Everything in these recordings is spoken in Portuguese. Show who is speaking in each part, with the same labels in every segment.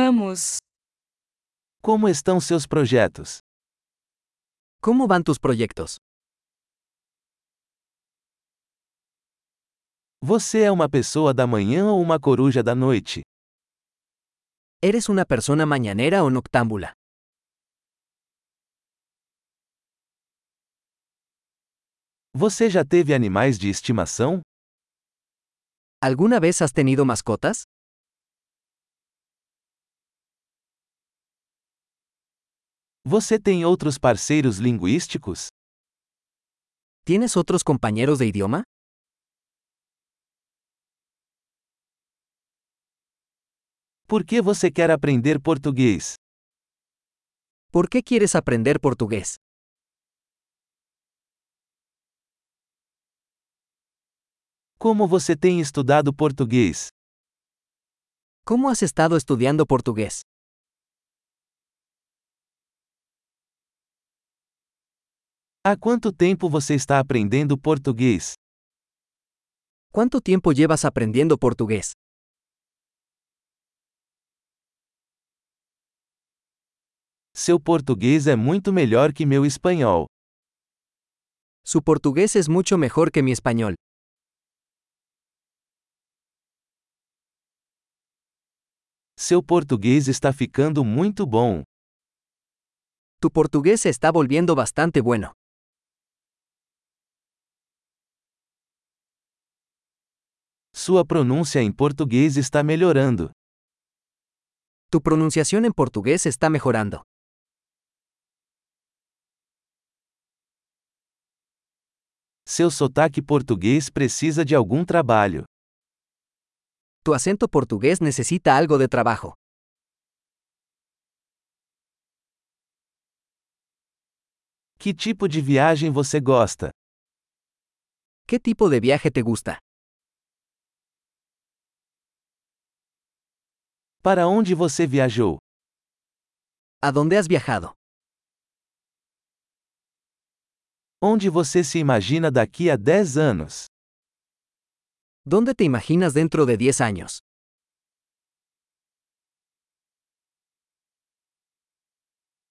Speaker 1: Vamos.
Speaker 2: Como estão seus projetos?
Speaker 3: ¿Cómo van tus proyectos?
Speaker 2: Você é uma pessoa da manhã ou uma coruja da noite?
Speaker 3: ¿Eres una persona mañanera o noctámbula?
Speaker 2: Você já teve animais de estimação?
Speaker 3: ¿Alguna vez has tenido mascotas?
Speaker 2: Você tem outros parceiros linguísticos?
Speaker 3: ¿Tienes otros compañeros de idioma?
Speaker 2: Por que você quer aprender português?
Speaker 3: ¿Por qué quieres aprender portugués?
Speaker 2: Como você tem estudado português?
Speaker 3: ¿Cómo has estado estudiando portugués?
Speaker 2: Há quanto tempo você está aprendendo português?
Speaker 3: ¿Cuánto tiempo llevas aprendiendo portugués?
Speaker 2: Seu português é muito melhor que meu espanhol.
Speaker 3: Su portugués es mucho mejor que mi español.
Speaker 2: Seu português está ficando muito bom.
Speaker 3: Tu portugués se está volviendo bastante bueno.
Speaker 2: Sua pronúncia em português está melhorando.
Speaker 3: Tu pronunciación en portugués está mejorando.
Speaker 2: Seu sotaque português precisa de algum trabalho.
Speaker 3: Tu acento portugués necesita algo de trabajo.
Speaker 2: Que tipo de viagem você gosta?
Speaker 3: ¿Qué tipo de viaje te gusta?
Speaker 2: Para onde você viajou?
Speaker 3: ¿A dónde has viajado?
Speaker 2: Onde você se imagina daqui a 10 anos?
Speaker 3: ¿Dónde te imaginas dentro de 10 años?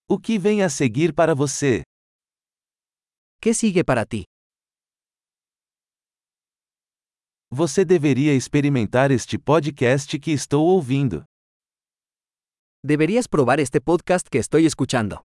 Speaker 2: O que vem a seguir para você?
Speaker 3: ¿Qué sigue para ti?
Speaker 2: Você deveria experimentar este podcast que estou ouvindo.
Speaker 3: Deberías probar este podcast que estoy escuchando.